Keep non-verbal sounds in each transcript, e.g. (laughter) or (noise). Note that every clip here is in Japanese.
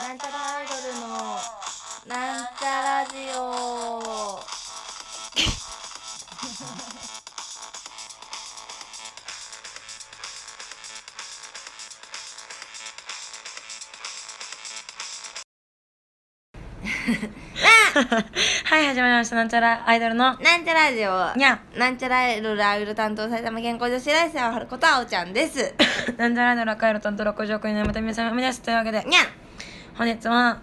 なんちゃらアイドルのなんちゃラジオはい、始まりました。なんちゃらアイドルの。なんちゃラジにゃオなんちゃらアイドルアイドル担当埼玉健康女子大生ははることあおちゃん (laughs) ですなんちゃらアイドル赤色担当六十億人のまた皆さんを生み出すというわけで、にゃん本日は、あ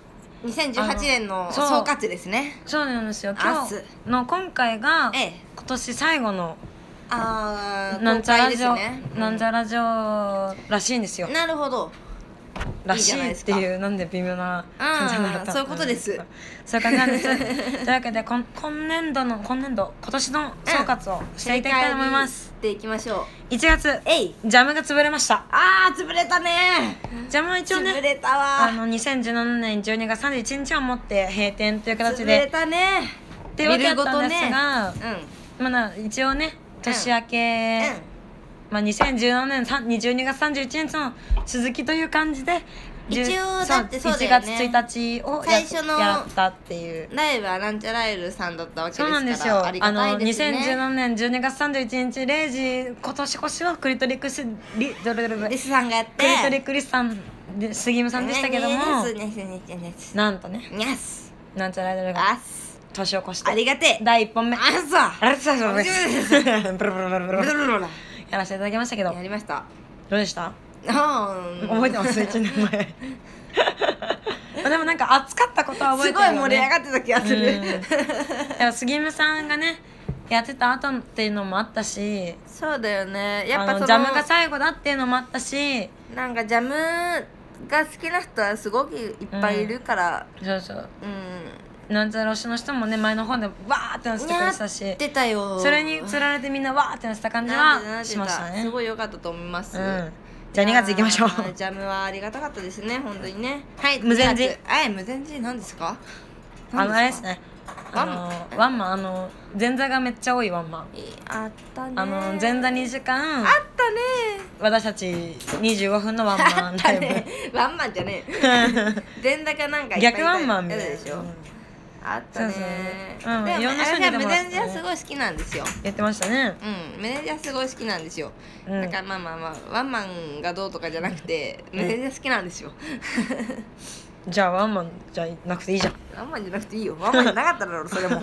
2018の年のそう総括ですねそうなんですよ。今明日の今回が、ええ今年最後の、あーなんちゃ公ら開でジすオ、ねなんちゃらジオらしいんですよ。なるほどらいいしじゃないいでっすてかいう、なんで微妙な感じになった。あーそういうことです。そういう感じなんです。 (laughs) というわけで、こん今年度の、今年度、今年の総括をしていきたいと思います。振り返りしていきましょう1月、えいジャムが潰れました。あー潰れたねジャムは一応潰ね、れたわあの2017年12月31日をもって閉店という形潰れでたねってわけだったんです見るが、ごとねまあ一応ね年明け、うんうんまあ、2017年さん12月31日の続きという感じで一応10だってそうだよね1月1日をや最初のやったっていう。ライブはなんちゃらえるさんだったわけですそかうらなんですよ。ありあがのたいですね2017年12月31日0時今年越しはクリトリクスリドルドルリクスさんがやってリトリクリスさんで杉山さんでしたけども、ニャスニャスニャスニャスなんとねニャスなんちゃらアイドルがあっす年を越してありがてえ第一本目あっさあれさそれブルブルブルブブルルブルブル (laughs) やらせていただきましたけどやりましたどうでした覚覚えてます1年前 (laughs) まあでもなんか暑かったことは覚えすてごるい盛よ、ね、り上がってた気がするうんでも杉山さんがねやってた後っていうのもあったしそうだよねやっぱそあののジャムが最後だっていうのもあったしなんかジャムが好きな人はすごくいっぱいいるからそうそううんなんちゃら推しの人もね前の方でわーってなってくれてたやしってたよそれにつられてみんなわーってなってた感じなはんてしましたねすごい良かったと思います、うんじゃあ2月行きましょういやージャムはありがたかったですね本当にねはい無前二寺月はい無前寺なんですかあのあれ何ですねワあンマンのワンマンあの前座がめっちゃ多いワンマンあったねあの前座2時間あったね私たち25分のワンマあンっラたイブ、ね (laughs) ワンマンじゃ (laughs) ねえ前座かなんかいっぱいいた逆ワンマンみたいなやつでしょあったねそうそううんでもいろんな人に出あれて無もらったね前寺はすごい好きなんですよやってましたねうん、メネジャーすごい好きなんですよ、うんだからまあまあまあワンマンがどうとかじゃなくてメネジャー好きなんですよじゃあワンマンじゃなくていいじゃん (laughs) ワンマンじゃなくていいよワンマンじゃなかっただろそれも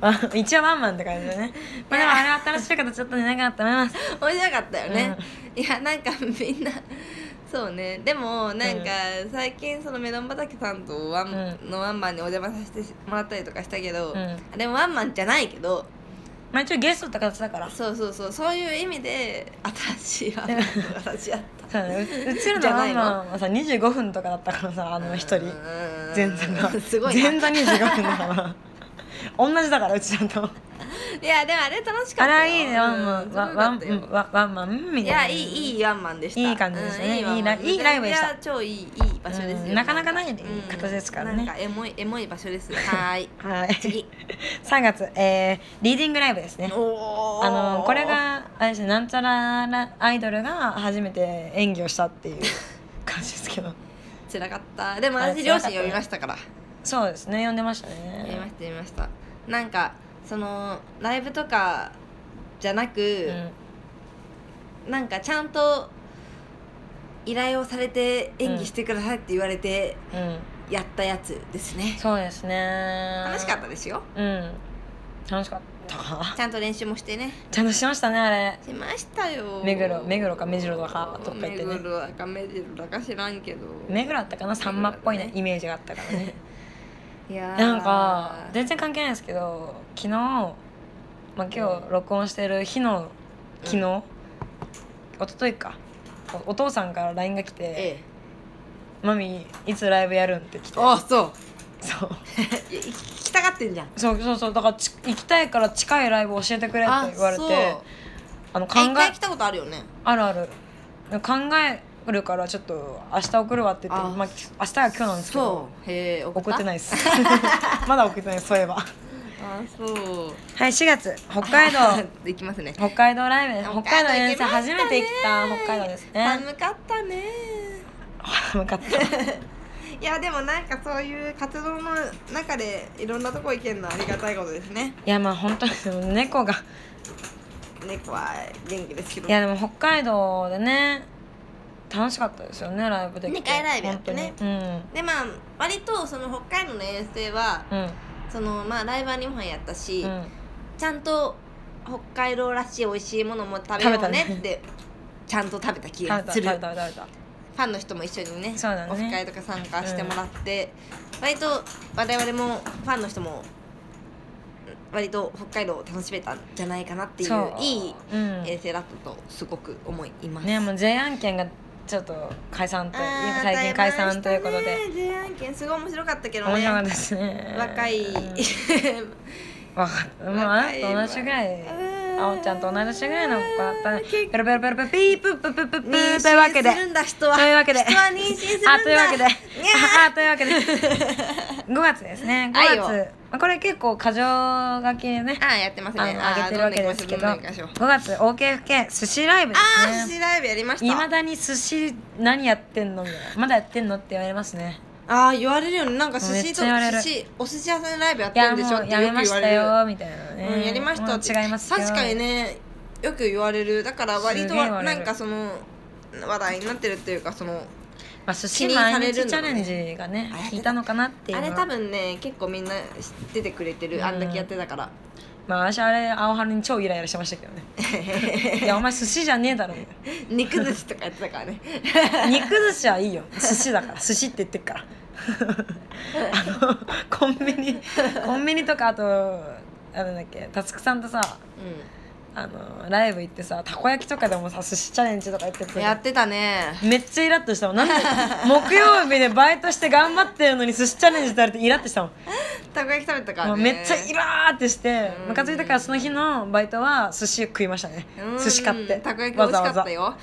あ一応ワンマンって感じだねまあでもあれは新しい形だったんじゃないかなと思います面白かったよね、いやなんかみんなそうねでもなんか最近そのメロン畑さんとワン、うのワンマンにお邪魔させてもらったりとかしたけど、うんあれもワンマンじゃないけどまあ一応ゲストって形だからそそうそうそうそういう意味で新しいワンマンの形だっうだねううちらじのゃなワいンのマンはさ25分とかだったからさあのた一人うん前座がすごいな前座25分だから (laughs) 同じだからうちらといやでもあれ楽しかあったれよ。はいいねワンマうんンワンワンすごかったよワンワンマンみいたいなやいいいいワンマンでした。いい感じでしたねうんいいワンマンいいライいいライブでしためちゃくちゃ超いいいい場所ですうよ。んなかなかないん形ですからねなんかエモいエモい場所です。はーい。はい (laughs) 次。 3月、えー、リーディングライブですねおあのこれがあれですねなんちゃららアイドルが初めて演技をした (laughs) っていう感じですけど辛かった。でもあれ私両辛かった親呼びましたから。そうですね呼んでました呼びまねした呼びました。なんかそのライブとかじゃなく、なんかちゃんと依頼をされて演技してくださいって言われてうん、うん、やったやつですね。そうですね楽しかったですよ。うん楽しかったかちゃんと練習もしてね。ちゃんとしましたねあれしましたよ。目黒目黒か目白だかとか言ってね目黒だか目白だか知らんけど。目黒あったかなさんまっぽい、ね目、黒イメージがあったからねいやーなんか全然関係ないですけど昨日、まあ、今日録音してる日の昨日、一昨日かおお父さんから LINE が来てええ。マミいつライブやるんって来てあそう。そう (laughs) いや聞きたがってんじゃん。そうそうそうだからち行きたいから近いライブ教えてくれって言われてあの考そう。一回え来たことあるよね。あるある考えるからちょっと明日送るわって言ってあまあ、明日が今日なんですけどそう。へえ。送ってないい。です (laughs) まだ送ってないそういえばはあそう。い4月 (laughs) 北海道できますね。北海道ライブです北海道行遠征きました初ねめて行った北海道ですね寒かったね。分かったいやでもなんかそういう活動の中でいろんなとこ行けるのはありがたいことですねいやまあ本当にでも猫が猫は元気ですけどいやでも北海道でね楽しかったですよねライブできて二回ライブやってね本当にでまあ割とその北海道の遠征はうんそのまあライブは2本やったし、うん、うん、ちゃんと北海道らしい美味しいものも食べよ食べたうねねってちゃんと食べた気食べがたす食るべフた食べたァンの人も一緒にねそうだねオフ会とか参加してもらって、割と我々もファンの人も割と北海道を楽しめたんじゃないかなっていうそういいうん遠征だったとすごく思います。ねもう J 案件がちょっと解散とあー最近解散ということで、大変したね J 案件すごい面白かったけど面白かったねですね若い、うん若いもうあなたと同じぐらいあおちゃんと同い年ぐらいの子だったねペロペロペロペロピープップップップッ (laughs) プ妊娠というわけでするんだ人はというわけで人は妊娠するんだあというわけでにゃ (laughs) ああというわけで5月ですね (laughs) 5愛月をまあこれ結構過剰書きでねーあーやってますねあの上げてるわけですけどあーどんどん行きましょう5月 OKFK 寿司ライブであーす寿ね司ライブやりましたいまだに寿司何やってんのみたいなまだやってんのって言われますねああ言われるよねなんか寿めっ司ちとゃ言われる寿司お寿司屋さんでライブやっいてやるんでしょもっうてやよめく言まわしれたるよみたいなね、うん、やりましたもうって違いますけど確かにねよく言われるだから割すとげえ言わはれなるんかその話題になってるっていうかそのまあ、寿司気にさ毎れ日るんチャだろレうンねジがねあやってた効いたのかなっていうあのはれ多分ね結構みんな出てくれてうんるあんだけやってたから、 (laughs) まあ私あれ青春に超イライラしてましたけどね (laughs) いやお前寿司じゃねえだろ肉寿司とかやってたからね肉寿司はいいよ寿司だから寿司って言ってっから (laughs) あのコンビニコンビニとかあとあのだっけタスクさんとさあのライブ行ってさたこ焼きとかでもさ寿司チャレンジとかやってうてんやってたねめっちゃイラッとしたもんなんで木曜日でバイトして頑張ってるのに寿司チャレンジされてイラッとしたもんたこ焼き食べたかもらうねめっちゃイラーってしてうんムカついたからその日のバイトは寿司食いましたねうん寿司買ってたこ焼き美味しかったよは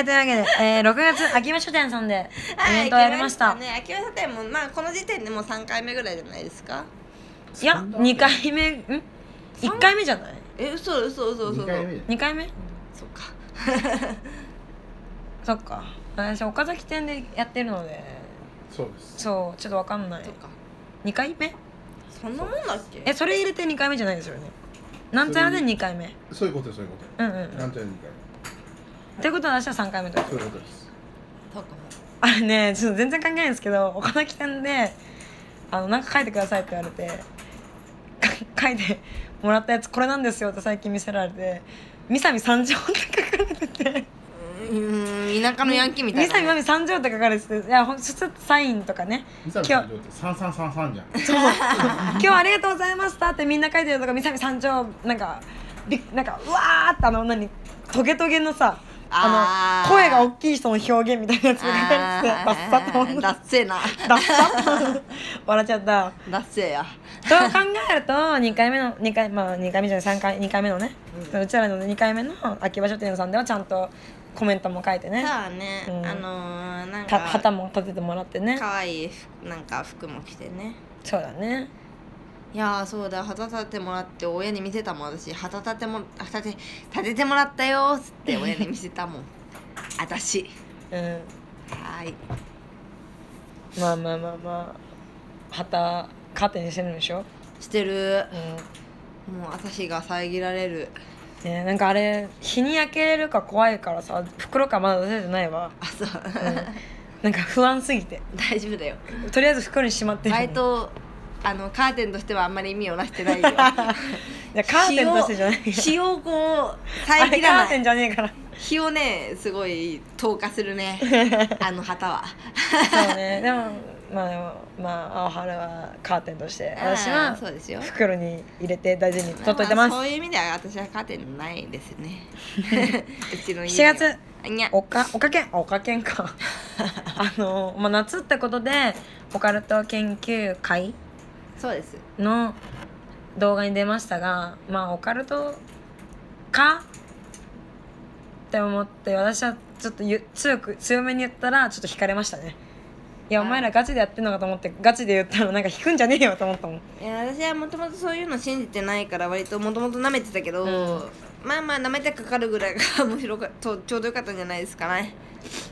いというわけで、えー、6月秋葉書店さんでイベントをやりました、はい秋葉原ね秋葉原店もまあこの時点でもう3回目ぐらいじゃないですかいや2回目ん1回目じゃないえ嘘嘘嘘嘘嘘二回目じゃん2回目そうかそっか私岡崎店でやってるのでそうですそうちょっとわかんないそうか2回目そんなもんだっけえそれ入れて2回目じゃないですよねなんちゃらで2回目そういうことですそういうこうんうんうとなんんていうのかってことは私は3回目とそういうことですそうかもあれねちょっと全然関係ないんですけど岡崎店で「あのなんか書いてください」って言われてか書いてもらったやつこれなんですよって最近見せられて「三上三条」って書かれててうーん田舎のヤンキーみたい三上なまねみ三条って書かれてていやほんとちょっとサインとかね三上さんって三三三 (laughs) 三じゃん「そう今日はありがとうございました」ってみんな書いてるとか三上三条なんかびなんかうわーってあの何トゲトゲのさああーの声が大きい人の表現みたいなやつが書かれててあバッサッと思ーってダッセーなダッサ笑っちゃった。ダッセーやと考えると2回目の2回まあ2回目じゃない3回2回目のね、うちらの2回目の秋葉書店さんではちゃんとコメントも書いてそうねだねうんあのーなんた旗かも立ててもらってね可愛い服なんか服も着てねそうだねいやーそうだ旗立ててもらって親に見せたもん私旗立てもあ立て立ててもらったよーっつって親に見せたもん私うんはーいまあまあまあまあ旗カーテンにしてるんでしょ、してるうんもう朝日が遮られるね、なんかあれ日に焼けるか怖いからさ袋かまだ出てないわ、あそううんなんか不安すぎて (laughs) 大丈夫だよとりあえず袋にしまってる割とあのカーテンとしてはあんまり意味をなして (laughs) ないよいやカーテンとしてじゃない日をこうあ遮れカらーテンないじゃねえから日をねすごい透過する (laughs) ねあの旗はそうね、でも、まあ、でも、まあ、青春はカーテンとして、私あはー。そうですよ袋に入れて、大事に取っといてまあす。そういう意味では私はカーテンないですね (laughs) (laughs) うちの家7月にゃおか、おかけん、あおかけんか。あの、まあ、夏ってことで、オカルト研究会そうですの動画に出ましたが、まあ、オカルトか。って思って、私はちょっとゆ強く、強めに言ったら、ちょっと惹かれましたね。いや、お前らガチでやってんのかと思って、ガチで言ったら、なんか引くんじゃねえよと思ったもん。いや私はもともとそういうの信じてないから割ともともと舐めてたけど、うんまあまあなめてかかるぐらいが (laughs) 面白かとちょうどよかったんじゃないですかね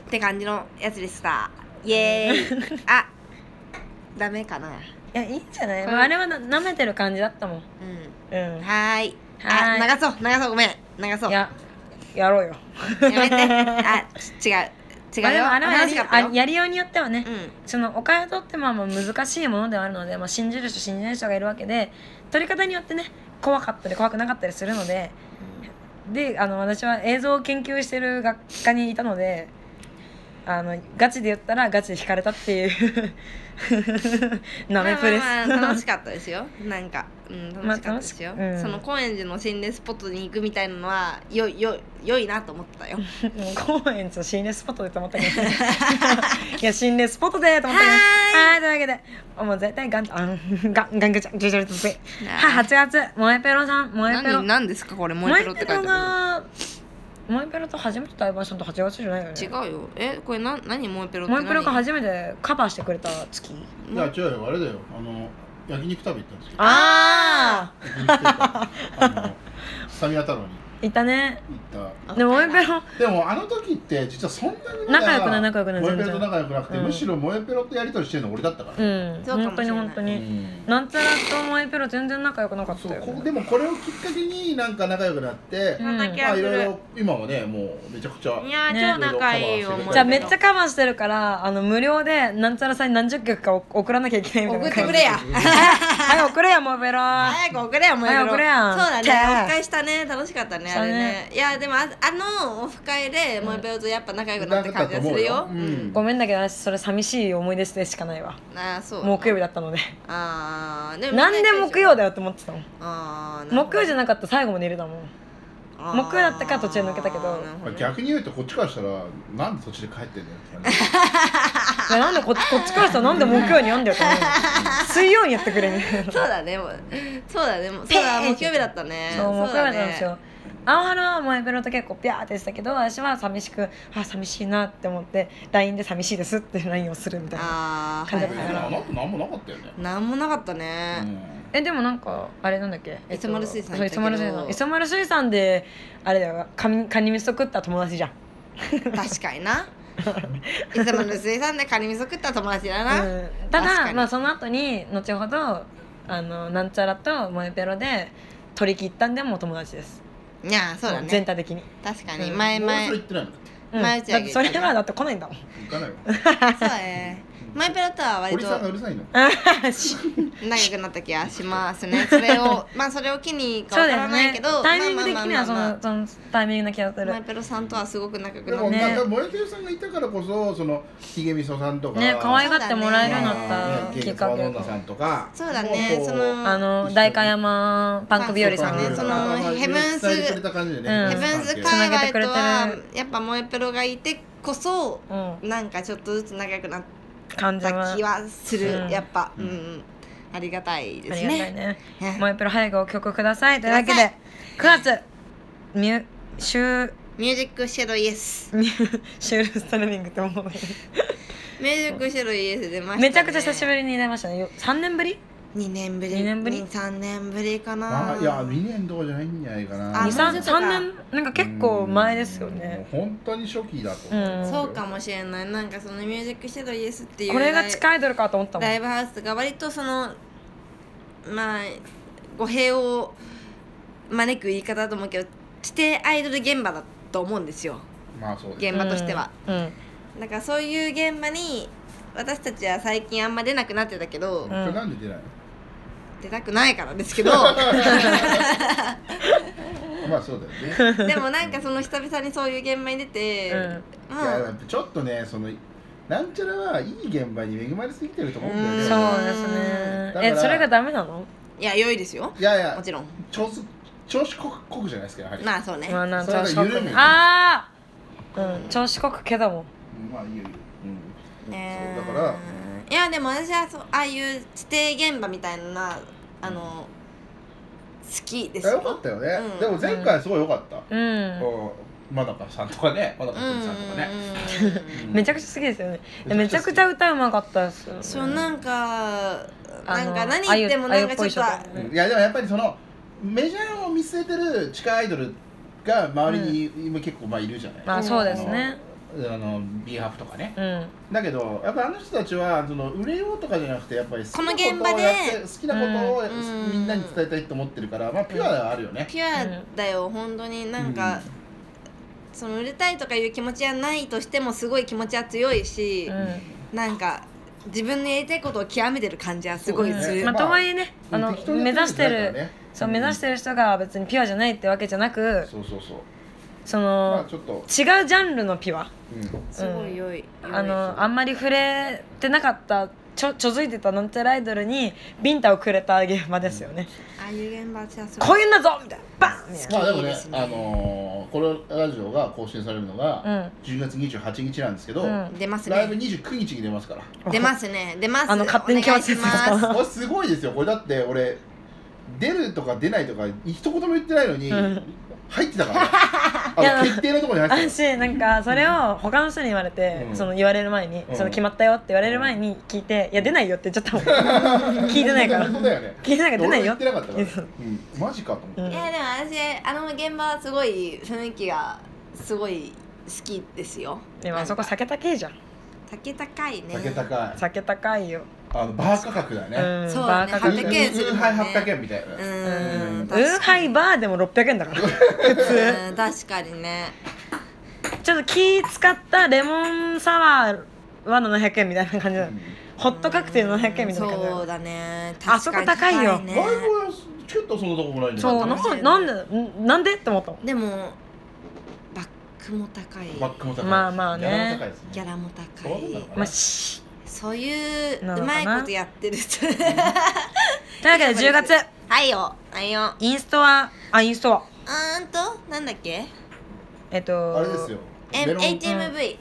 って感じのやつでしたイエーイあダメかなやいいんじゃない、これまあ、あれはな舐めてる感じだったもんううんんはーいはーいあ流そう流そうごめん流そういやややろうよめてあち違う違うまあでよもあれはや楽しりかったあよやりようによってはね、うんそのお金取ってまあまあ難しいものではあるので、まあ、信じる人信じない人がいるわけで取り方によってね怖かったり怖くなかったりするのでであの私は映像を研究してる学科にいたのであのガチで言ったらガチで引かれたっていう (laughs) なめプレス、まあまあまあ楽しかったですよなんか、うん、楽しかったですよ、 (laughs) まあ楽しうんその高円寺の心霊スポットに行くみたいなのはよよ良いなと思ったよもう高円寺の心霊スポットでと思ったけどいや心霊スポットでと思ったけどはーいはーいというわけでもう絶対ガンあのガンガンガチャギュジュルツペあーは8月萌えペロさん萌えペロ何何ですかこれモ萌エえプロってペ書いロてあが萌えペロと初めて対バンしたのと8月じゃないよねる違うよえこれな何モエプロって萌何えペロが初めてカバーしてくれた月いや違うよあれだよあの焼肉食べ行ったんですよああ焼肉っていうか (laughs) あのスタミナ太郎にいたね行っあでも萌えペロたでもあの時って実はそんなに仲良くない仲良くないモエペ全ロ然と仲良くなくて、うんむしろモエペロとやりとりしてるの俺だったから、うんそうか本もし当れにない本当うにんなんちゃらと萌えペロ全然仲良くなかったそうよこねでもこれをきっかけになんか仲良くなって、うんまたキまャあンプいろいルろ今はねもうめちゃくちゃいやー、ね超仲いいよいろいろカバーしてくれてじゃあめっちゃカバーしてるからあの無料でなんちゃらさんに何十曲か送送らなきゃいけないみ送たいっなてくれ (laughs) やはい送れよ萌えペロ早く送れよもう早く送れやそうだてーねオフ会したね楽しかったねしたあねれねいやでもああのオフ会でもうベロとやっぱ仲良くなった感じがするだよったと思うようんごめんだけど私それ寂しい思い出でしかないわああそう木曜日だったのでああでなんで木曜だよって思ってたもんああ木曜じゃなかったら最後までいるだもん木曜だったから途中で抜けたけどまあ逆に言うとこっちからしたらなんで途中で帰ってんだよって感いじやなんでこっちこっちからしたらなんで木曜にやんだよって (laughs) 思うの水曜にやってくれみたいなそうだねもうそうだねもうそうだペーン木曜日だったねそう木曜だったんねですよ青春は萌えペロと結構ピャーってしたけど私は寂しくあ寂しいなって思って LINE で寂しいですって LINE をするみたいなああ感はじいだったはかいらあなた何もなかったよね、なんもなかったうねんえでもなんかあれなんだっけ磯丸水産そう行ったけど磯丸水産磯丸水産であれだよカニカニ味噌食った友達じゃん確かに (laughs) ないつもの水産でカニ味噌食った友達だなうんた確かだ、にまあ、その後に後ほどあのなんちゃらと萌えペロで取り切ったんでもう友達ですいやそうだ全ね体的に、確かにうん前もう前そそれう言ってないのうん、だ前っ打ち上てげそれはだって来ないんだもん (laughs) 行かないわだね前ペロとは割堀とさんがうるさいの仲良くなった気がしますねそれ (laughs) をまあそれを機にかそわうかでらすないけねどタイミング的にはそまあまあまあまのあそのタイミングな気がする前ペロさんとはすごく仲良くでなったもねなんか萌えてるさんがいたからこそそのひげみそさんとかね可愛いがってもらえるようになまっあたねきっかゲイの沢野けさんとかそうだねもうこうそのあの代官山パンク日和さんねそうそそうそうののヘブンス伝えてくれた感じでねうんヘブンズカ界隈とはやっぱ萌えプロがいてこそうんなんかちょっとずつ仲良くなっ感じはた気はする、うんやっぱ、ううんんありがたいでありすがたいね。ねね萌えペロ早くお曲くださいというわけくだで9月ミュ週ミュージックシェドイエスミュシュールストレミングって思うのにミュージックシェドイエス出ました、ね、 (laughs) めちゃくちゃ久しぶりに出ましたねよ3年ぶりり2年ぶり二年ぶり3年ぶりかなあいや2年とかじゃないんじゃないかなあ二そう三です3年なんか結構前ですよねうんもう本当に初期だと思ようんそうかもしれないなんかそのミュージックシェドイエスっていうこれがい近いドルかと思ったもんライブハウスが割とそのまあ語弊を招く言い方だと思うけどしてアイドル現場だと思うんですよまあそうです現場としては。うんなんかそういう現場に私たちは最近あんま出なくなってたけど、これなんで出ない出たくないからですけ (laughs) どのまあそうだよねでもなんかその久々にそういう現場に出て、うんもいややうっぱちょっとねそのなんちゃらはいい現場に恵まれすぎてると思うんだようねんそうですねだからえそれがダメなのいや良いですよいやいやもちろん調子調子こくこくじゃないですかやはりまあそうね、まあなんそれ調が子こ緩くむああうん調子こくけどもうんまあいいよいいようんねそうだからいやでも私はそうああいう指定現場みたいなあの好きですあよかっよたよね、うんでも前回すごいよかった、うんうん、まだかさんとかねまだうかんとりさんとかね、うんめちゃくちゃ好きですよねえめめちちゃゃくくちちゃゃ歌うまかったですよねそうなんかあなのんか何言ってもなんかちょっとあゆあゆっぽい人だいやでもやっぱりそのメジャーを見据えてる地下アイドルが周りに今結構まあいるじゃない、まあそうですねあのビーハーフとかねうんだけどやっぱあの人たちはその売れようとかじゃなくてやっぱりこの好きな現こと場をでやって好きなことをうんみんなに伝えたいと思ってるからまあピュアはあるよね、ピュアだよ本当になんか、その売れたいとかいう気持ちはないとしてもすごい気持ちは強いし、うなんか自分のやりたいことを極めてる感じはすごいすそうる、ねんまあとはいえねあの適当に目や指っしてるてんじゃないからるねそう目指してる人が別にピュアじゃないってわけじゃなくそうそうそうそまあのちょっと、違うジャンルのピュアうんすごい良い、あのあんまり触れてなかったちょちょづいてたなんちゃらアイドルにビンタをくれた現場ですよね、ああいう現場私はすこごういいうんだぞみたいなバンみたいまあでもいいねですねあのーこのラジオが更新されるのがな、 10月28日なんですけど、うん出ますライブね29日に出ますから出ますね出ますあの勝手に決まっておる願いしますこれすごいですよこれだって俺出るとか出ないとか一言も言ってないのに、うん入ってたかいらやあの決定のところにうん、入って私なんかそれを他の人に言われて、うんその言われる前に、うんその決まったよって言われる前に聞いて「いや出ないよ」って言っちゃったもん聞いてたない (laughs) から本当聞だよねいてないから出ないよ俺も言ってなかったから、ううん、マジかと思って、うんいやでも私あの現場はすごい雰囲気がすごい好きですよでもあそこ酒高いじゃん竹高いね酒高い酒高いよ、あのバー価格だようね、ん、そうバー価格800円するもんねハイ800円みたいな、ううーんんウーハイにバーでも600円だからうん確かにねちょっと気使ったレモンサワーは700円みたいな感じだ、ようんホットカクテル700円みたいな感じだよそうだねあそこ高いよ確かにライねブはチケットそんなとこもないんだそうだなねんかなんでんなんでって思ったもんでもバックも高いバックも高いしまあまあねギャラも高いですギャラも高ねそうないのかまあしそういうなのうかなまいことやってる人というわけで10月はいよはいよインストはあインストはうーんとなんだっけえっとあれですよメ M ロン HMV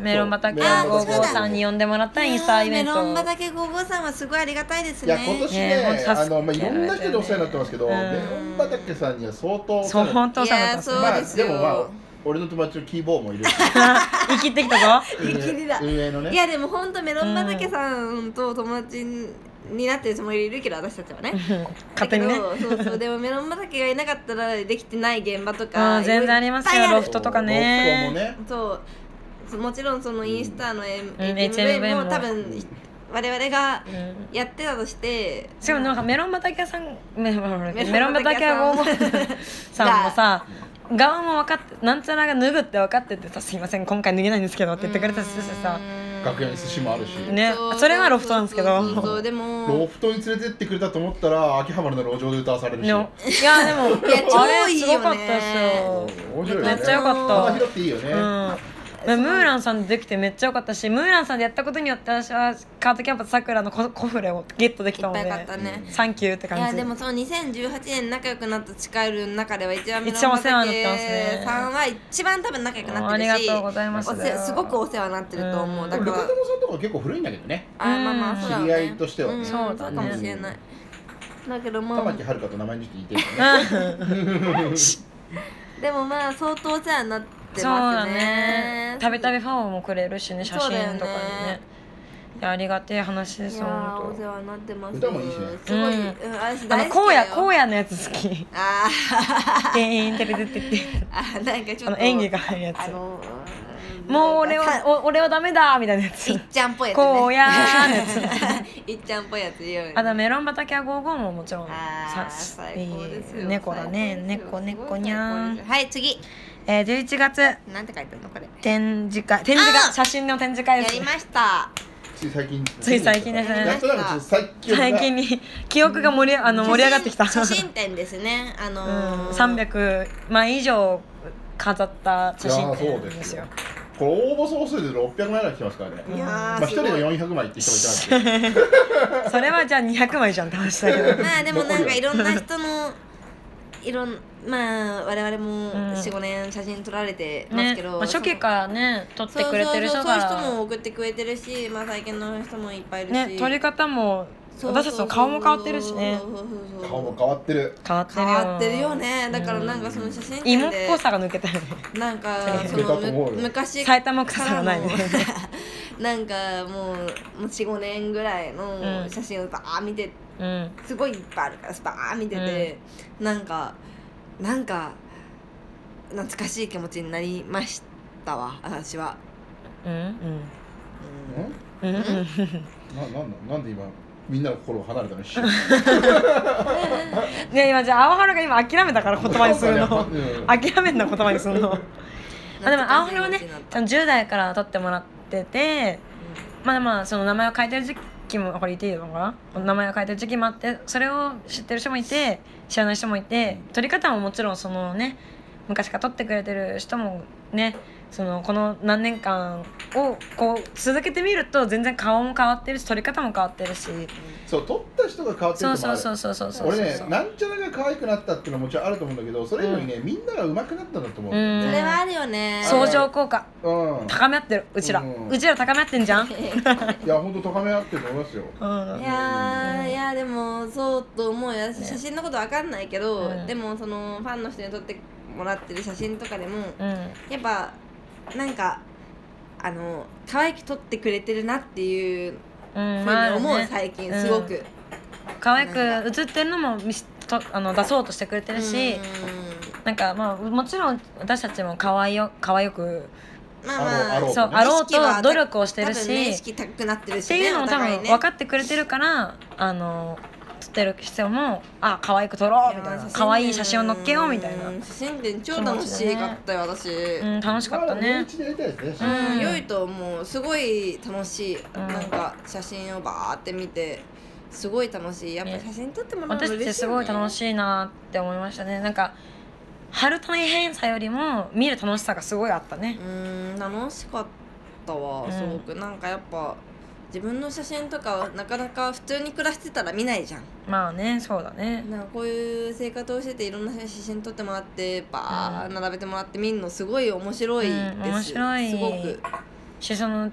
メロン畑そうメロン55畑さんに呼んでもらったインスタイベンいやーメロント畑55さんはすごいありがたいですいねや今年ねね本当あの、まあ、いろんな人にお世話になってますけど、うんメロン畑さんには相当お世そう話になっ本当さんだったいやまーあそうですよもまあ俺の友達のキーボーも (laughs) いるし生きてきたぞいきりだ運営のねいやでもほんとメロン畑さんと友達になってる人もいるけど私たちはね勝手にねだけどそうそうでもメロン畑がいなかったらできてない現場とかうん全然ありますいっぱいよあるロフトとかねロフトもねそうもちろんそのインスタの M- うん HMV も HMV も多分我々がうんやってたとしてしかもなんかメロン畑屋さんメロンメロン畑屋さんメロン畑屋が思うさんもさ側も分かってなんちゃらが脱ぐって分かっててさ「すいません今回脱げないんですけど」って言ってくれた人たちさ楽屋に寿司もあるしねそれはロフトなんですけどそうそうそうでもロフトに連れてってくれたと思ったら秋葉原の路上で歌わされるしでも (laughs) いやでもいや超あれいいすよねごかったですよ面白いよめねっちゃ良かった幅広っていいよね、うん、ムーランさんでできてめっちゃ良かったしムーランさんでやったことによって私はカートキャンパスさくらのココフレをゲットできたのいでっぱい買ったねサンキューってい感やじでもその2018年仲良くなったチカエルの中では一番メロン一番お世話になってますね畑さんは一番多分仲良くなあってりるがしとうございますお世すごくお世話になってると思ううんだルからカタモさんとか結構古いんだけどねあまあまあそうだろうね知り合いとしてはねんそうだねかもしれないだけどま玉あ木遥と名前にして言ってるよ (laughs) ねでもまあ相当お世話になっそてうまだすねねたびたびファンもくれるしね写真とかにそうだよねねいやありがてえ話でいすやよーほんお世と話になってます歌もいいしねすごい、うんうん、私あ大の好きだ荒よ野荒野のやつ (laughs) 好き (laughs) あ「てーんてれてってってー (laughs) あーなんかちょっあのと演技が入るやあつのーもう俺はお俺はダメだみたいなやついっちゃんっぽいやつねこうやーのや (laughs) ついっちゃんっぽいやつ言うよねあとメロン畑は55ももちろんあーさ最高ですよ猫だね最高猫ですよ猫にゃすごい最高ですん、よはい次えー、11月なんて書いてるのこれや展示会展示あ会ー写真の展示会でりすましたつい最近つい最近ですねやっとなんかちょっと最近最近に記憶が盛りあの盛り上がってきた (laughs) 写真写真展ですねあのーうん、300枚以上飾った写真いやー展そうでですすよよこれ応募総数で600枚ぐらい来てますからねいやーまあ一す人ごいが400枚って人がいたんですそれはじゃあ200枚じゃんって話だけ (laughs) どまあでもなんかいろんな人のいろんまあ我々もうん45年写真撮られてますねけど、まあ、初期らからね撮っそうてそうくそうれそうているう人人がも送ってくれてるし、まあ、最近の人もいっぱいいるし、ね撮り方もそうそう私そうたちの顔も変わってるしねそうそうそうそうけど顔も変わってる変わってる変よわってるよねだからなんかその写真芋展っでぽさが抜けたよねなんかそ抜けたのと思うよむ昔埼玉臭さがないね (laughs) のなんかもうもう45年ぐらいの写真をバー見てうんすごいいっぱいあるからバー見てて、なんかなんか懐かしい気持ちになりましたわ私は、うんうんうんうんんうんななんだなんで今みんなの心を離れたの一瞬ね今じゃあ青春が今諦めたから言葉 (laughs) にするの (laughs) うんうん諦めんな言葉にするのまあでも青春はね懐かしい気持ちになったあの10代から取ってもらっててまあまあその名前を変えてる時期もこれ言っていいのかな名前を変えてる時期もあってそれを知ってる人もいて知らない人もいて取り方ももちろんそのね昔から取ってくれてる人もねそのこの何年間をこう続けてみると全然顔も変わってるし取り方も変わってるしそう取った人が変わってるそうのもそうそあるうそうそうそう俺ねそうなんちゃらが可愛くなったっていうのももちろんあると思うんだけどそれ以外にね、みんなが上手くなったんだと思う、ううんんそれはあるよね相乗効果うん高め合ってるうちら、ううんちら高め合って (laughs) んじゃん、うん、いや本当高め合ってると思いますよいやーいやでもそうと思うよ私写真のことわかんないけど、うんでもそのファンの人に撮ってもらってる写真とかでもうんやっぱなんかあの可愛く撮ってくれてるなっていううふうんにまあ思う、ね最近うんすごく、可愛く映ってるのも見せとあの出そうとしてくれてるし、うなんかまあもちろん私たちも可愛よ可愛よくんまあまああろうそうねあろう意識はと努力をしてる多し、分ね意識高くなってるっしてねいうのも多お互分いね分かってくれてるからあの撮ってる必要もあ可愛く撮ろうみたいやなー可愛い写真を載っけようみたいな、うん写真展超楽しかったよ私、うん、楽しかったまあ、もうね一度やりたいですうね、ん、うん良いと思うすごい楽しい、んなんか写真をバーって見てすごい楽しいやっぱね写真撮ってもらうの嬉私しい、たね、ちすごい楽しいなって思いましたねなんか春大変さよりも見る楽しさがすごいあったねうん楽しかったわ、うんすごくなんかやっぱ自分の写真とかはなかなか普通に暮らしてたら見ないじゃんまあねそうだねなんかこういう生活をしてていろんな写真撮ってもらってバー並べてもらって見るのすごい面白いです、うん面白いすごくしその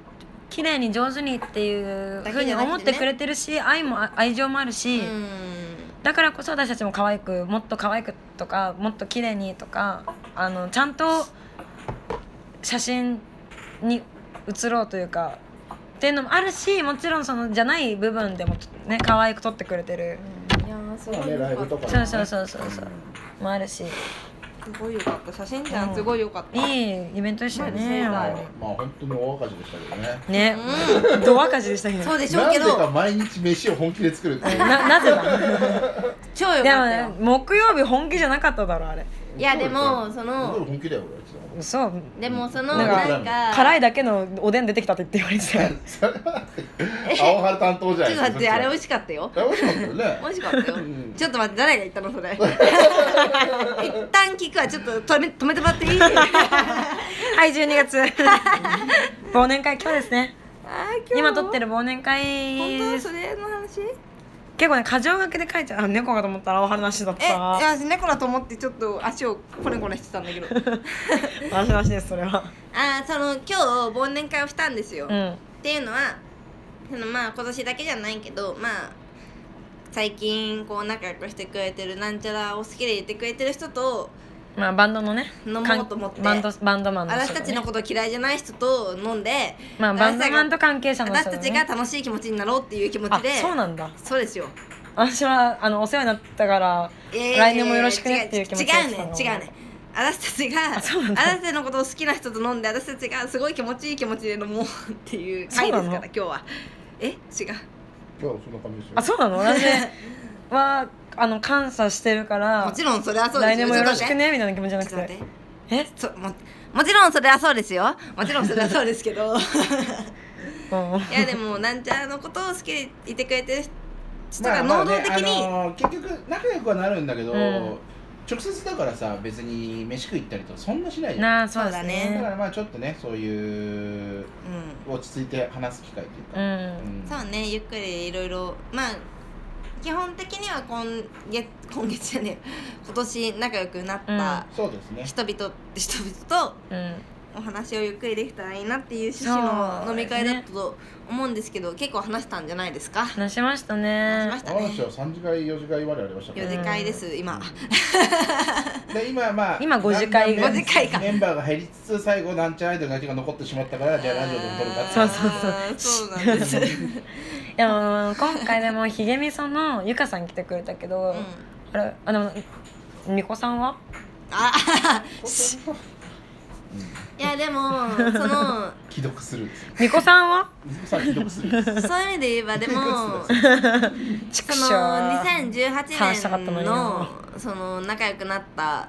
綺麗に上手にっていうだふけうじにゃなくてね思ってくれてるし愛もあ愛情もあるし、うだからこそ私たちも可愛くもっと可愛くとかもっと綺麗にとかあのちゃんと写真に写ろうというかっていうのもあるしもちろんそのじゃない部分でもね可愛く撮ってくれてるんいやーすごまあいねよライブかとっかたねそうそうそうそうそうもあるしすごいよかった写真じゃんすごいよかった、いいイベントでしたよねそうまあだまあ本当に大赤字でしたけどねねど赤字でしたけそどうでしょなうんけでかど毎日飯を本気で作るって (laughs) いうななぜだ超よかっでもたねよ木曜日本気じゃなかっただろあれいやでもそ本当にの本気だよ俺あいつらそうでもそのなんかなんか辛いいだけのおでん出てきたって言って言われてたよ青春担当じちょゃっないと待ってあれ美味しかったよあれ美味しかったよね (laughs) 美味しかったよんちょっと待って誰が言ったの (laughs) それ一旦聞くわちょっと止め止めてもらって (laughs) いいはい、12月。 (laughs) 忘年会、今日ですね。あー今撮ってるる忘年会本当です。それの話結構ね、過剰書きで書いちゃう。あ、猫かと思ったら、お話だっえいた。や猫だと思ってちょっと足をコネコネしてたんだけど話なしです、それは。 (laughs) あーその今日忘年会をしたんですよ、うん。っていうのはそのまあ今年だけじゃないけどまあ最近こう仲良くしてくれてるなんちゃらを好きでいてくれてる人とまあ、バンドのね。飲もうと思って関バンド、バンドマンの人、ね。私たちのこと嫌いじゃない人と飲んで、まあ、バンドマンと関係者の私人、ね。たちが楽しい気持ちになろうっていう気持あちで、そうなんだ。そうですよ、私は、あの、お世話になったから、えー来年もよろしくねっていう気持ちで違う来たのね違うね私たちがあ私そうなんだたちのことを好きな人と飲んで私たちがすごい気持ちいい気持ちで飲もうっていう会ですからそうなの今日はえ違う今日はそんな感じですよあ、そうな (laughs) の私は、あの、感謝してるから、もちろんそれはそうです来年もよろしくちょっと待ってね、みたいな気持ちじゃなちく。ょっと待っててえそももちろんそれはそうですよもちろんそれはそうですけ (laughs) どうん。いやでもなんちゃらのことを好きでいてくれてる人まがあま能あ動ね的に、あのー結局仲良くはなるんだけど、うん直接だからさ別に飯食い行ったりとかそんなしないじゃんなあ、そうですそうだかね。らまあちょっとねそういう落ち着いて話す機会といううか、ん。うん、そうねゆっくりいろいろまあ基本的には今月今月じゃねえよ今年仲良くなったそうですね人々、人々とうん。お話をゆっくりできたらいいなっていう趣旨のそう飲ですねみ会だったと思うんですけど結構話したんじゃないですか話し話しましたまねし。た話ねは3次会4次会までありましたから4次会です今 (laughs) で今まあ今50回だんだん50回かメンバーが減りつつ最後なんちゃらアイドルだけが残ってしまったからじゃあラジオでも撮るかってそうそうそうあーそうなんです、うんいやもう今回でもひげみそのゆかさん来てくれたけど、あれあのみこさんはあ (laughs) いやでもその既読するんですよ巫女さ (laughs) んはさあ既読するんですそういう意味で言えばでも (laughs) そうそいうことです畜の生話したか2018ったの年にのなその仲良くなった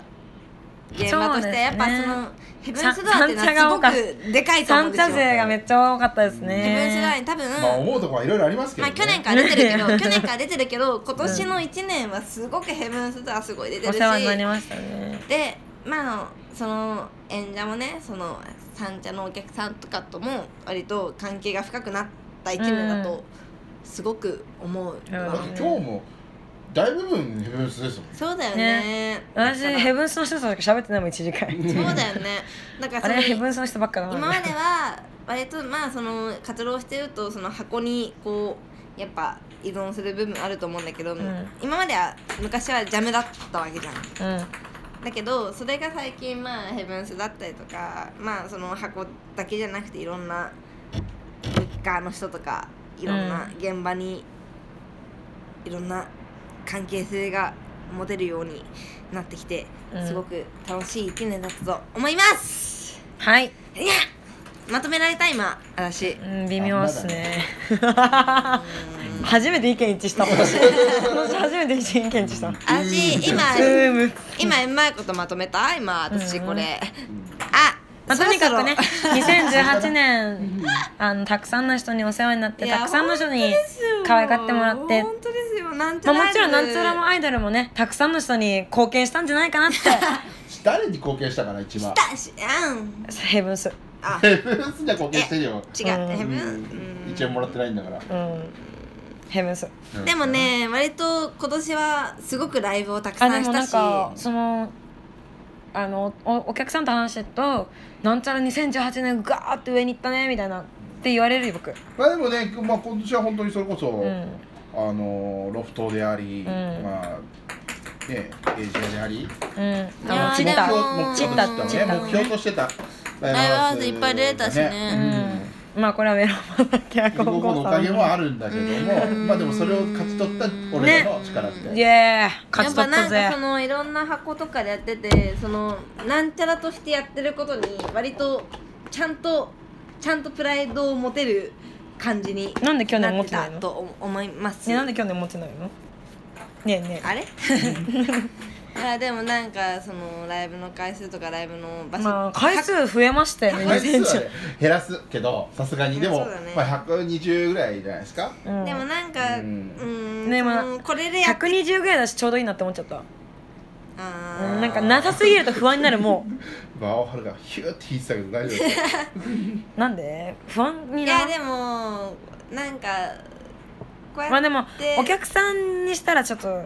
現場としてやっぱそうそですねのヘブンスドアっていうのはすごくでかいと思う三んですよ茶ヘ勢がめっちゃ多かったですブンスドアねに多分まあ思うとこはいろいろありますけまどあね去年から出てる (laughs) けど去年から出てるけど今年の1年はすごくヘブンスドアすごい出ておるし世話になりましたねでまあその演者もねその三茶のお客さんとかとも割と関係が深くなった一年だうんとすごく思うわ、なだるっほてど今日も大部分ヘブンスですもんそうだよね私だからヘブンスの人としか (laughs) 喋ってないもん1時間そうだよねだからあそのれヘブンスの人ばっかだな今までは割とまあその活動してるとその箱にこうやっぱ依存する部分あると思うんだけど、ん今までは昔はジャムだったわけじゃんうんだけどそれが最近まあヘブンスだったりとかまあその箱だけじゃなくていろんなブッカーの人とかいろんな現場にいろんな関係性が持てるようになってきてうんすごく楽しい1年だったと思います、はい、いやまとめられた今私うん、微妙っすね (laughs) 初めて意見 (laughs) 一致した今年今年初めて意見一致した私今うーむ今うまいことまとめた今私これ、まああ、そとろにそかろ (laughs) くね2018年あのたくさんの人にお世話になっていやたくさんの人に可愛がってもらって、本当ですよなんちまゃあ、らもちろんなんつうらもアイドルもねたくさんの人に貢献したんじゃないかなって誰に貢献したかな一番だしあんヘブンスあヘブンスには貢献してるよ違うヘうブンん一円もらってないんだからうんヘブンスでもね割と今年はすごくライブをたくさあんでもしなたんしかそのあのおお客さんと話してると「なんちゃら2018年ガーって上に行ったね」みたいなって言われるよ僕まあでもね、まあ、今年は本当にそれこそ、うんあのロフトであり、んまあねエイジアでありうんいやあのーちっ目たでも標目標としてたね散った目標としてたライブハウスいっぱい出れたしねうんまあこれはメロンパンだけはうんゴーゴーのおかげもあるんだけどもうんまあでもそれを勝ち取った俺らの力って、イエー勝やちっぱ取なったんかそぜのいろんな箱とかでやっててそのなんちゃらとしてやってることに割とちゃんとちゃんとプライドを持てる感じになんで去年な持っっててなたいのと思思いますねなんで去年持ってないのねえねあれ (laughs) いやでもなんかそのライブの回数とかライブの場え所、まあ回数増えましたよね回数は2018ね減らすけどさすがにでそも、うだねまあ、120ぐらいじゃないですかうんでもなんかううんんんねまあそのこれでやっ120ぐらいだしちょうどいいなって思っちゃったあうーんなんかなさすぎると不安になるもまあ青春がヒューって引いてたけど大丈夫ですか (laughs) うなんで不安にいなやるでもなんかこうやってまあでもお客さんにしたらちょっと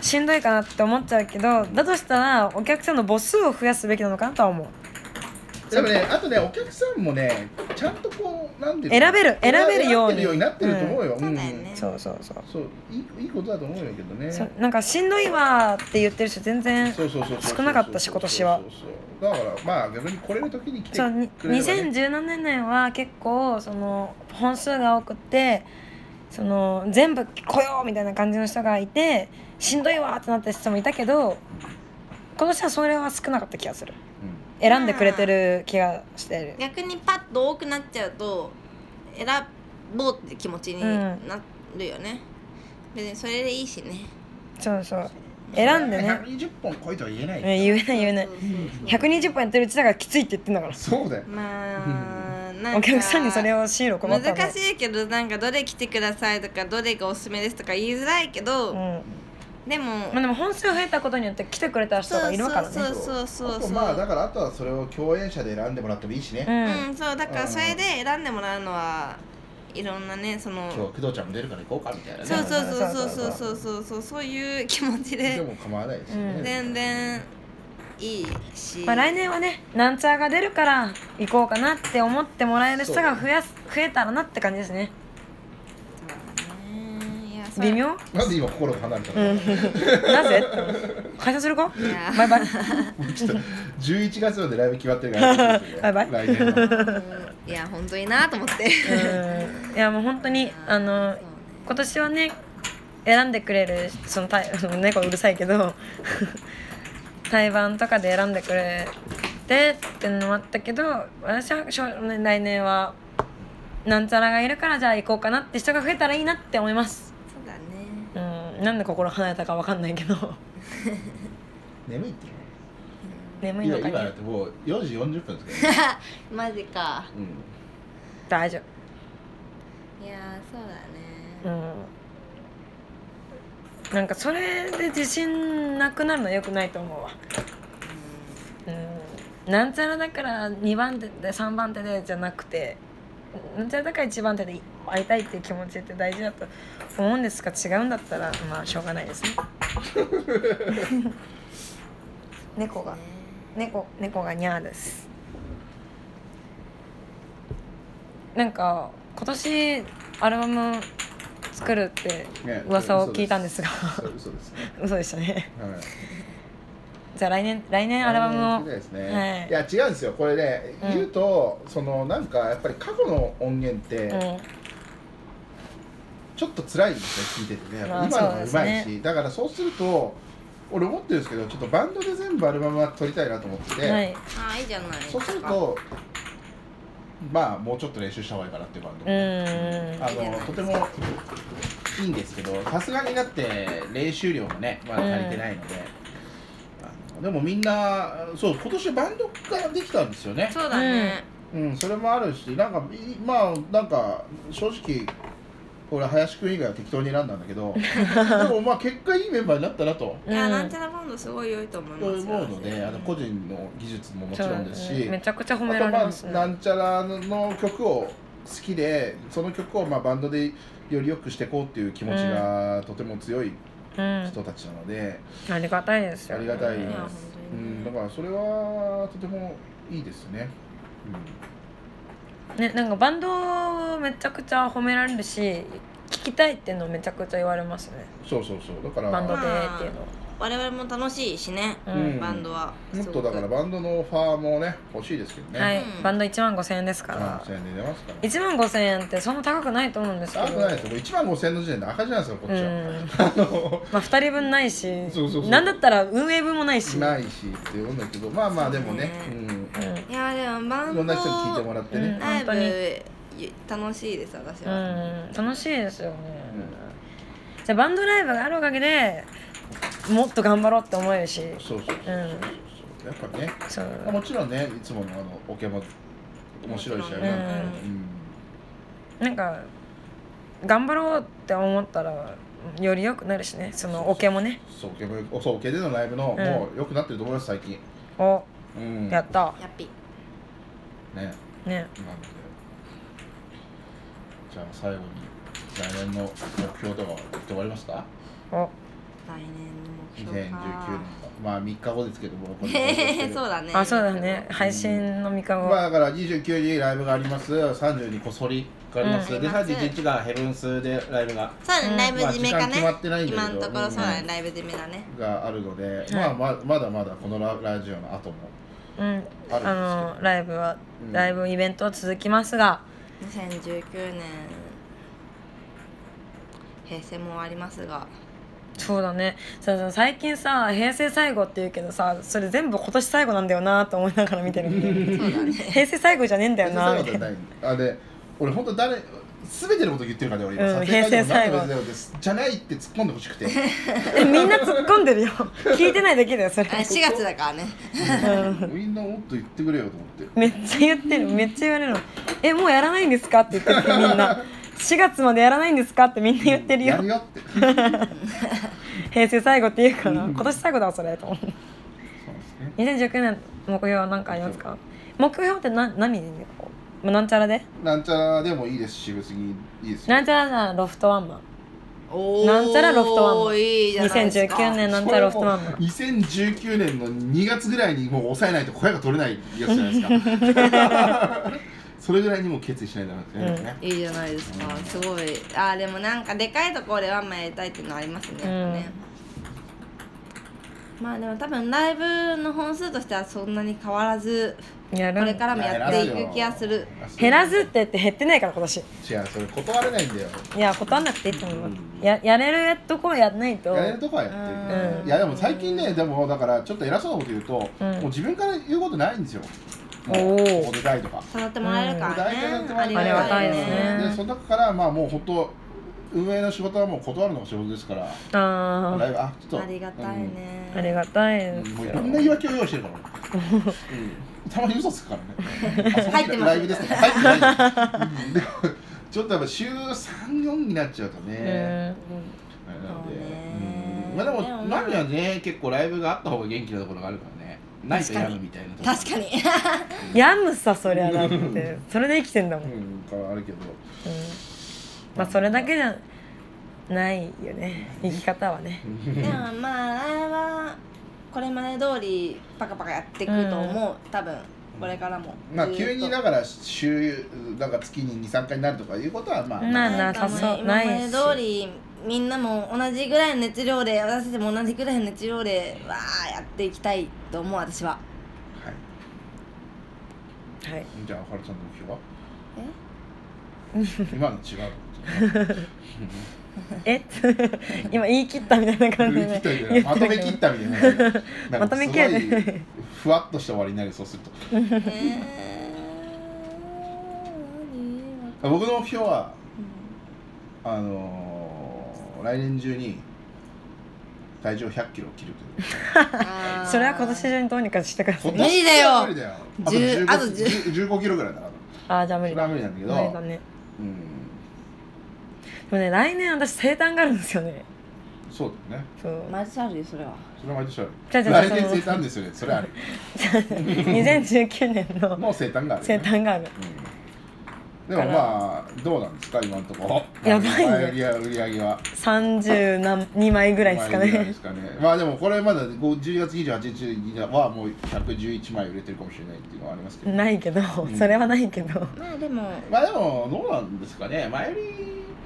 しんどいかなって思っちゃうけどだとしたらお客さんの母数を増やすべきなのかなとは思うでもねあとねお客さんもねちゃんとこうなんで選べる選べるようにになってると思うよ、そうだよねそうそうそうそういいいいことだと思うんやけどねそうなんかしんどいわーって言ってる人全然そうそうそうそう少なかったし今年はそうそうそうだからまあ逆に来れる時に来てそうにくれれば、ね、 2017年は結構その本数が多くてその全部来ようみたいな感じの人がいてしんどいわーってなった人もいたけど今年はそれは少なかった気がする選んでくれてる気がしてる逆にパッと多くなっちゃうと選ぼうって気持ちになるよね、別にそれでいいしねそうそう選んでね120本来いとは言えない、うん言えない言えないそうそうそう120本やってるうちだからきついって言ってんだからそうだよまあなんかお客さんにそれを強いろ困った難しいけどなんかどれ来てくださいとかどれがおすすめですとか言いづらいけど、うんまでも、あでも本数増えたことによって来てくれた人がいるからねそうそうそうそうあとまあだからあとはそれを共演者で選んでもらってもいいうしね、うんん、そうだからそれで選んでもらうのはいろんなねその今日工藤ちゃんも出るから行こうかみたいなねそうそうそうそうそうそうそうそうそういう気持ちででも構わないですよね、うん全然いいし、まあ、来年はねなんちゃらが出るから行こうかなって思ってもらえる人が増やす増えたらなって感じですねうんいやそう微妙 (laughs) なんで今心が離れたうの、んなぜって解散するかいやバイバイちょっと11月までライブ決まってるから、 (laughs) バイバイ来年はうんいや本当になと思ってうん (laughs) いやもう本当にあの今年 (laughs) はね選んでくれるそのタイ猫うるさいけど (laughs) 対バンとかで選んでくれてってのもあったけど私はしょね来年はなんちゃらがいるからじゃあ行こうかなって人が増えたらいいなって思いますそうだねうんなんで心離れたかわかんないけど眠いって眠い今のか今だねってもう4時40分ですから、ね、マジかうん大丈いやーそうだ夫うねんなんかそれで自信なくなるのよくないと思うわうんなんちゃらだから2番手で3番手でじゃなくてなんちゃらだから1番手で会いたいっていう気持ちって大事だと思うんですが違うんだったらまあしょうがないですね (laughs) 猫が猫猫がニャーですなんか今年アルバム作るってね (laughs) 噂を聞いたんですがそれ嘘ですね、嘘でしたねはいじゃあ来年来年アルバムをそうですね、はいい、や違うんですよこれね、うん言うとそのなんかやっぱり過去の音源って、うんちょっと辛いんですよ聞いててねやっぱまあ今のがうそうまでいすし、だからそうすると俺思ってるんですけどちょっとバンドで全部アルバムは撮りたいなと思ってて、はいああいいじゃないそうするとまあもうちょっと練習した方がいいかなっていうバンド、うんあのとてもいいんですけどさすがにだって練習量もねまだ足りてないので、あのでもみんなそう今年バンドができたんですよねそうだね、うん、それもあるし、なんか、いまあ、なんか、正直。俺、林くん以外は適当に選んだんだけど。でも、まあ、結果いいメンバーになったなと。いやうんなんちゃらバンドすごい良いと思いとま思うすよので、あの、個人の技術ももちろんですそうし。めちゃくちゃあ褒と、められまますあ、なんちゃらの曲を。好きで、その曲を、まあ、バンドで。より良くしていこうっていう気持ちが、とても強いうん人たちなので。ありがたいですよ、ありがたいいでやす本う当にん、ねだから、それは、とてもいいですね。ねなんかバンドめちゃくちゃ褒められるし聞きたいっていうのめちゃくちゃ言われますねうん、そうそうそう、だから。バンドでっていうのは我々も楽しいしね、うんバンドはもっとだかすらごくバンドのオファーもね欲しいですけどね。はい、うんバンド1万5千円ですか1万ら5000円で出ますから。 1万5千円ってそんな高くないと思うんですけど高くないですよ。もう1万5000円の時点で赤字なんですよこっち (laughs) うは。んまあ2人分ないしそうそうそうなんだったら運営分もないしないしって思うんだけど、まあまあでもね、、そううんうんいやでもバいンドろんな人に聞いてもらってね。ライ本当ブゆ楽しいです私は、うん楽しいですよね、じゃあバンドライブがあるおかげでもっと頑張ろうって思えるしそうそうそうそう。やっぱね、そうまあもちろんねいつものあのオケも面白い試合なんで、うなんか頑張ろうって思ったらより良くなるしねそのオケもねうんそうオケもそうオケでのライブの、うんもう良くなってると思います最近。おうん。やったやっぴね。ねなのでじゃあ最後に来年の目標とかは言って終わりますかお来年の2019目年標のかまあ3日後ですけどもこ (laughs) そうだねあそうだね配信の3日後、まあだから29にライブがあります30にこそりがあります、うんであります31がヘブンスでライブがそうだうねんライブ締めかね,、まあ時間決まってないんだけど今のところそうだね、うんライブ締めだねがあるので、まあままだまだこのララジオの後もうん、あるんですけどあのライブは、うんライブイベントは続きますが2019年平成もありますがそうだねそうそう最近さ平成最後って言うけどさそれ全部今年最後なんだよなと思いながら見てる (laughs) 平成最後じゃねえんだよなみたいなないあで俺本当誰全てのこと言ってるからね俺今、うん撮影会で平も成最後なんとかですじゃないって突っ込んでほしく (laughs) てえみんな突っ込んでるよ聞いてないだけだよそれあ4月だからねみんなもっと言ってくれよと思ってめっちゃ言ってるめっちゃ言われるの「えもうやらないんですか?」って言ってるみんな「4月までやらないんですか?」ってみんな言ってるやよるよって平成最後って言うから今年最後だわそれと思うそうですね2019年目標は何かありますか目標って何何でこうまあなんちゃらでなんちゃらでもいいですし別にいいですよなんちゃらならロフトワンマンおーなんちゃらロフトワンマンいいじゃないですか2019年なんちゃらロフトワンマン2019年の2月ぐらいにもう抑えないと声が取れないやつじゃないですか (laughs) それぐらいにもう決意しないとダメですね、いいじゃないですかすごいあーでもなんかでかいところでワンマンやりたいっていうのありますねやっぱね、まあでも多分ライブの本数としてはそんなに変わらずやこるれからもやっていく気がする減らずって言って減ってないから今年違うそれ断れないんだよいや断んなくていいと思ううんややれるところやんないとやれるとこはやってる、うんいやでも最近ねでもだからちょっと偉そうなこと言うと、うんもう自分から言うことないんですよおもうーお願いとか育ってもらえるから大体やってもらえね、るありがたいですねでその中からまあもう本当運営の仕事はもう断るのが仕事ですからあライブあちょっとありがたいね、ーありがたいうんですもういよろんな言い訳を用意して (laughs) るから、うん、たまに嘘つくからね入ってますライブですとか入ってない、うんでもちょっとやっぱ週34になっちゃうとうんね、あれなそうのでねうんまあでもでもまあマミはね結構ライブがあった方が元気なところがあるからねないとやむみたいなところ確かにやむさそりゃだってそれで生きてんだもん、うんうんからあるけどまあそれだけじゃないよね生き方はねでもまああれはこれまで通りパカパカやっていくと思う、多分これからもまあ急にだから週なんか月に23回になるとかいうことはまあななんかなさそ今うまないでし通りみんなも同じぐらいの熱量で私たちも同じぐらいの熱量でわあやっていきたいと思う私ははいはいじゃあはるちゃんの目標はえ (laughs) 今の違うえ (laughs) 今言い切ったみたいな感じ言い切でったみた言いなまとめ切ったみたいななんかまとめ切れないすごいふわっとした終わりになるそうするとえ (laughs) ー僕の目標はあのー来年中に体重を100キロを切るという何それは今年中にどうにかしてください無理だよ無理だよ10ああとと15 15キロぐらいだからああじゃあ無そ理れはだ無理なんだけ無理どだねうんでもね来年私生誕があるんですよねそうだよねそうマジあるよそれはそれは毎年あるじゃあじゃあ来年その生誕ですよねそれある2019年のもう生誕があるよ生ね誕があるうんでもまあどうなんですか今のところやばいね売り上げ売り上げは30何2枚ぐらいですかまあぐらいでねすかねまあでもこれまだこう10月28日はもう111枚売れてるかもしれないっていうのはありますけどないけどんそれはないけどまあでもまあでもどうなんですかね前売り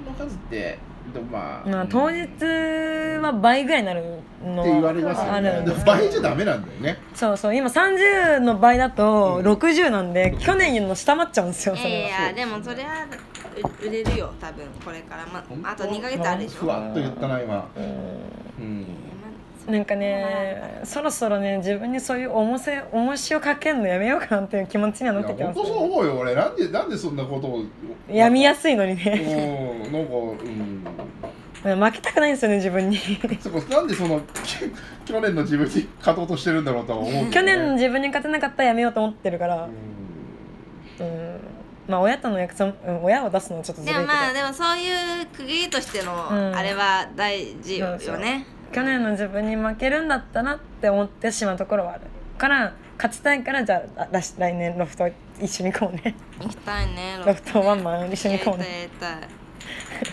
の数ってでもまあ、まうあん当日っては倍ぐらいになるのは言われますあるよねんででもす倍じゃダメなんだよねそうそう今30の倍だとうん60なんで、うん去年の下回っちゃうんですよそいれは、やでもそれはう売れるよ多分これから、まあ、あと2ヶ月あるでしふょ、わっと言ったな今うんなんかねそろそろね自分にそういう重せ重しをかけるのやめようかなっていう気持ちにはいなやってき本ます当そう思うよ俺なんでなんでそんなことをやみやすいのにね (laughs) うんなんかうん負けたくないんですよね自分に (laughs) そこなんでその (laughs) き去年の自分に勝とうとしてるんだろうとは思うけどね、去年の自分に勝てなかったらやめようと思ってるからうんまあ親との約束、うん、親を出すのはちょっとずでるいもけどまあでもそういう区切りとしてのうんあれは大事よそうそうね、去年の自分に負けるんだったなって思ってしまうところはあるから勝ちたいからじゃああ来来年ロフト一緒に行こうね行きたいねロフトワンマン一緒に行こうねやりたいやりたい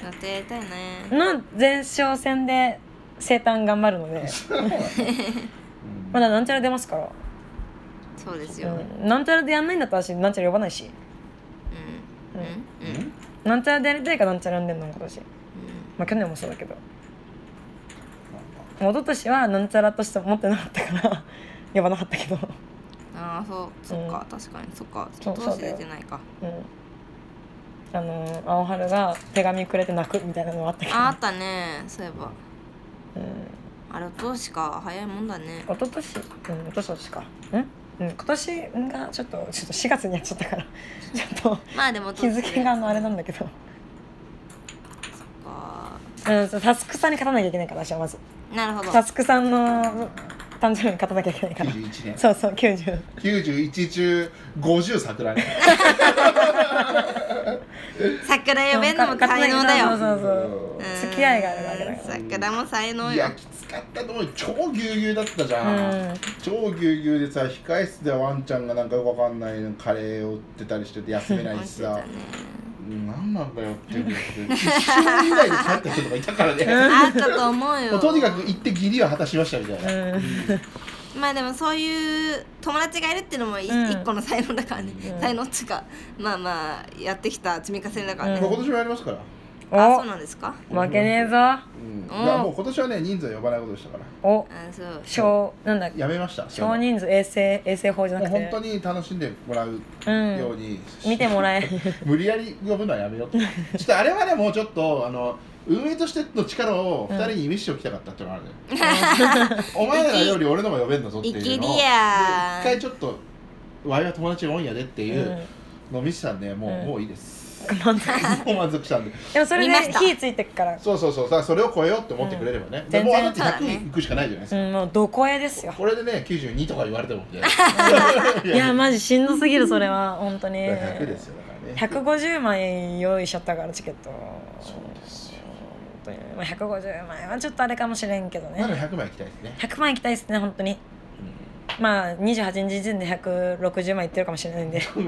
やってやりたいねの前哨戦で生誕頑張るのでうんまだなんちゃら出ますから、そうですよ、うんうん、なんちゃらでやんないんだったら私なんちゃら呼ばないしうんうんうんなんちゃらでやりたいからなんちゃら呼んでんの今年まあ去年もそうだけど一昨年はなんちゃらとして思ってなかったから (laughs) 呼ばなかったけどああそうそっか、確かにそっかそうどうそうしだ出よてないかうんあの青春が手紙くれて泣くみたいなのがあったけどああったねそういえばうんあれお通しか早いもんだね一昨年うん一昨年かうん、うん、今年がちょっとちょっと4月にやっちゃったから (laughs) ちょっまあでもおと通日し付があのあれだなんだけど、かうん、そうタスクさんに勝たなきゃいけないから私はまずなるほどタスクさんの誕生日に勝たなきゃいけないから91年そうそう90 91中50桜ね桜呼べんのも才能だそうよそうそううん付き合いがあるわけだかうん桜も才能いよやきつかったと思うよ超ぎゅうぎゅうだったじゃん、うん超ぎゅうぎゅうでさ控室でワンちゃんがなんかよくわかんないカレーを売ってたりしてて休めないし思っさてたねうんなんなんだよって言って一瞬以内で帰った人とかいたからねあったと思うもようとにかく行って義理は果たしましたみたいな、らうんまあでもそういう友達がいるっていうのもい一、うん個の才能だからね、うん才能っていうかまあまあやってきた積み重ねだからね、うん今年もやりますからあそおうなんですか負けねえぞうん、だからもう今年はね人数は呼ばないことでしたからおあそう少なんだやめました少人数衛生衛生法じゃもうなくて本当に楽しんでもらううんように、見ても (laughs) らえ無理やり呼ぶのはやめようとちょっとあれはねもうちょっとあの運営としての力を2人に見せておきたかったっていうのがあるね、お前らより俺の方が呼べんだぞって生いうきのをりでや一回ちょっとわいは友達が多いんやでってういんうのを見せたんでもう,、うんもういいです満足もう満足したんででもそれ見までした火ついてくからそうそうそうだからそれを超えようって思ってくれればね、んでもうあ全と然そうだね100いくしかないじゃないですうか、んもうどこへですよこれでね92とか言われてもねいやマジしんどすぎるそれは本当に100ですよだからね150枚用意しちゃったからチケットそうですよ本当にまあ150枚はちょっとあれかもしれんけどまだね100枚行きたいですね、 100枚行きたいですね本当にうんまあ28日時点で160枚いってるかもしれないんで足り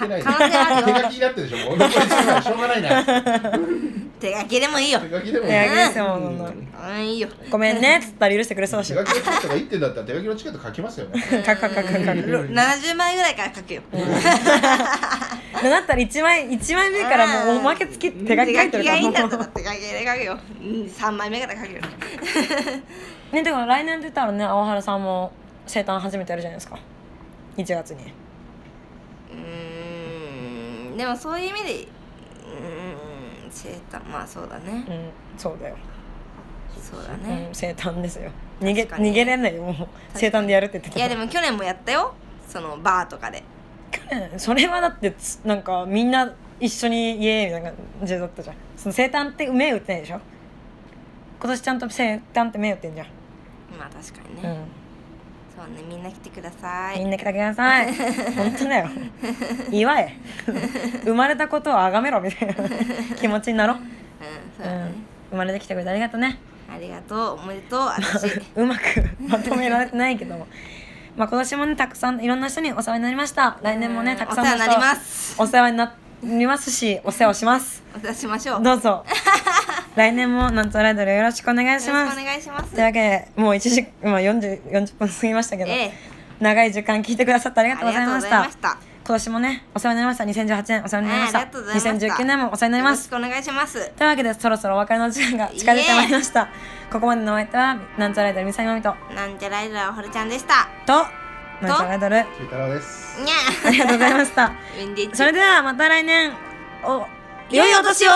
てないか可能性ある手よ書きになってるでしょもう残り10枚しょうがないな手書きでもいいよ手書きでもいい手書きですようんもううんいいよごめんねっつったら許してくれそうだ手し書きのチケットが1点だったら手書きのチケット書きますよねカクカクカクカクろ70枚ぐらいから書くよだったら1枚一枚目からもうおまけつき手書き書いてる手書きがいいんだからったら手書きで書くようん3枚目から書くよねでも来年出たらね青原さんも生誕初めてやるじゃないですか1月にうーんでもそういう意味でうーん生誕まあそうだねうんそうだよ、そうだうんね、生誕ですよ逃げ確かに逃げれないよもう生誕でやるって言ってたいやでも去年もやったよそのバーとかで去年それはだってつなんかみんな一緒にイエーイみたいな感じだったじゃんその生誕って目打ってないでしょ今年ちゃんと生誕って目打ってんじゃん、まあ確かにうね、ん、そうねみんな来てくださみいんな来てくだ (laughs) さい本当だよ祝え生まれたことをあがめろ (laughs) みたいな気持ちになろう、うんそううだんね、、生まれてきてくれてありがとうねありがとうおめでとう私 (laughs) うまくまとめられてないけどもまあ今年もねたくさんいろんな人にお世話になりました来年もねうんたくさんの人お世話になりますお世話になりますしお世話をしますお出しましょうよど (laughs) うぞ来年もなんとアライドルよろしくお願いろししくおます願いしますというわけでもう1時まあ 40, 40分過ぎましたけど、ええ長い時間聞いてくださってありがとうございましたありがとうございました今年もねお世話になりました2018年お世話になりました、はいありがとうございました2019年もお世話になりよまろすしくお願いしますというわけでそろそろお別れの時間が近づいてまいりましたここまでのお相手はなんちゃらアイドルミサイマミとなんちゃらいらおはるちゃんでしたとなんちゃらアイドルあ中太郎ですに (laughs) りがとうございました (laughs) ゃウィンディッチそれではまた来年お良いお年をを